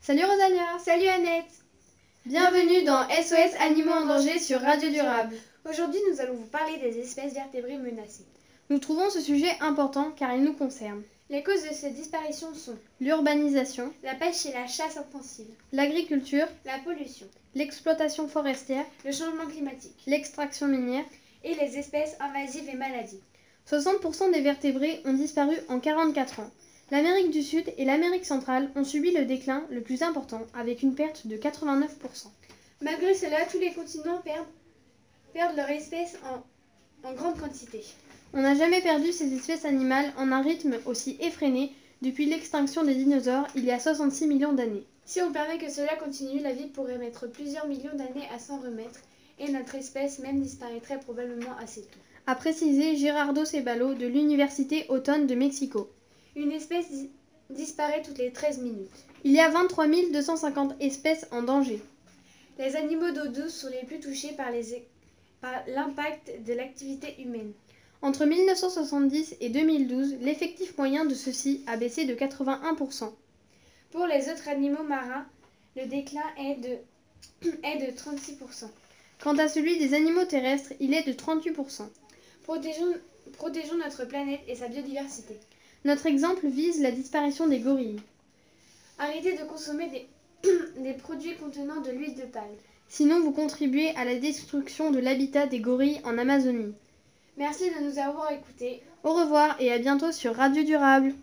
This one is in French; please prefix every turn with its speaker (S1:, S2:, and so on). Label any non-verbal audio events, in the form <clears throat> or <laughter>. S1: Salut Rosalia
S2: Salut Annette
S1: Bienvenue dans SOS Animaux en danger sur Radio Durable.
S2: Aujourd'hui nous allons vous parler des espèces vertébrées menacées.
S1: Nous trouvons ce sujet important car il nous concerne.
S2: Les causes de ces disparitions sont
S1: L'urbanisation,
S2: la pêche et la chasse intensive,
S1: l'agriculture,
S2: la pollution,
S1: l'exploitation forestière,
S2: le changement climatique
S1: l'extraction minière.
S2: et les espèces invasives et maladies.
S1: 60% des vertébrés ont disparu en 44 ans. L'Amérique du Sud et l'Amérique centrale ont subi le déclin le plus important avec une perte de 89%.
S2: Malgré cela, tous les continents perdent, perdent leur espèce en, en grande quantité.
S1: On n'a jamais perdu ces espèces animales en un rythme aussi effréné depuis l'extinction des dinosaures il y a 66 millions d'années.
S2: Si on permet que cela continue, la vie pourrait mettre plusieurs millions d'années à s'en remettre et notre espèce même disparaîtrait probablement assez tôt.
S1: A précisé Gerardo Ceballo de l'Université Autonome de Mexico.
S2: Une espèce dis- disparaît toutes les 13 minutes.
S1: Il y a 23 250 espèces en danger.
S2: Les animaux d'eau douce sont les plus touchés par, les é- par l'impact de l'activité humaine.
S1: Entre 1970 et 2012, l'effectif moyen de ceux-ci a baissé de 81%.
S2: Pour les autres animaux marins, le déclin est de, <clears throat> est de 36%.
S1: Quant à celui des animaux terrestres, il est de 38%.
S2: Protégeons, protégeons notre planète et sa biodiversité.
S1: Notre exemple vise la disparition des gorilles.
S2: Arrêtez de consommer des, <clears throat> des produits contenant de l'huile de palme.
S1: Sinon, vous contribuez à la destruction de l'habitat des gorilles en Amazonie.
S2: Merci de nous avoir écoutés.
S1: Au revoir et à bientôt sur Radio Durable.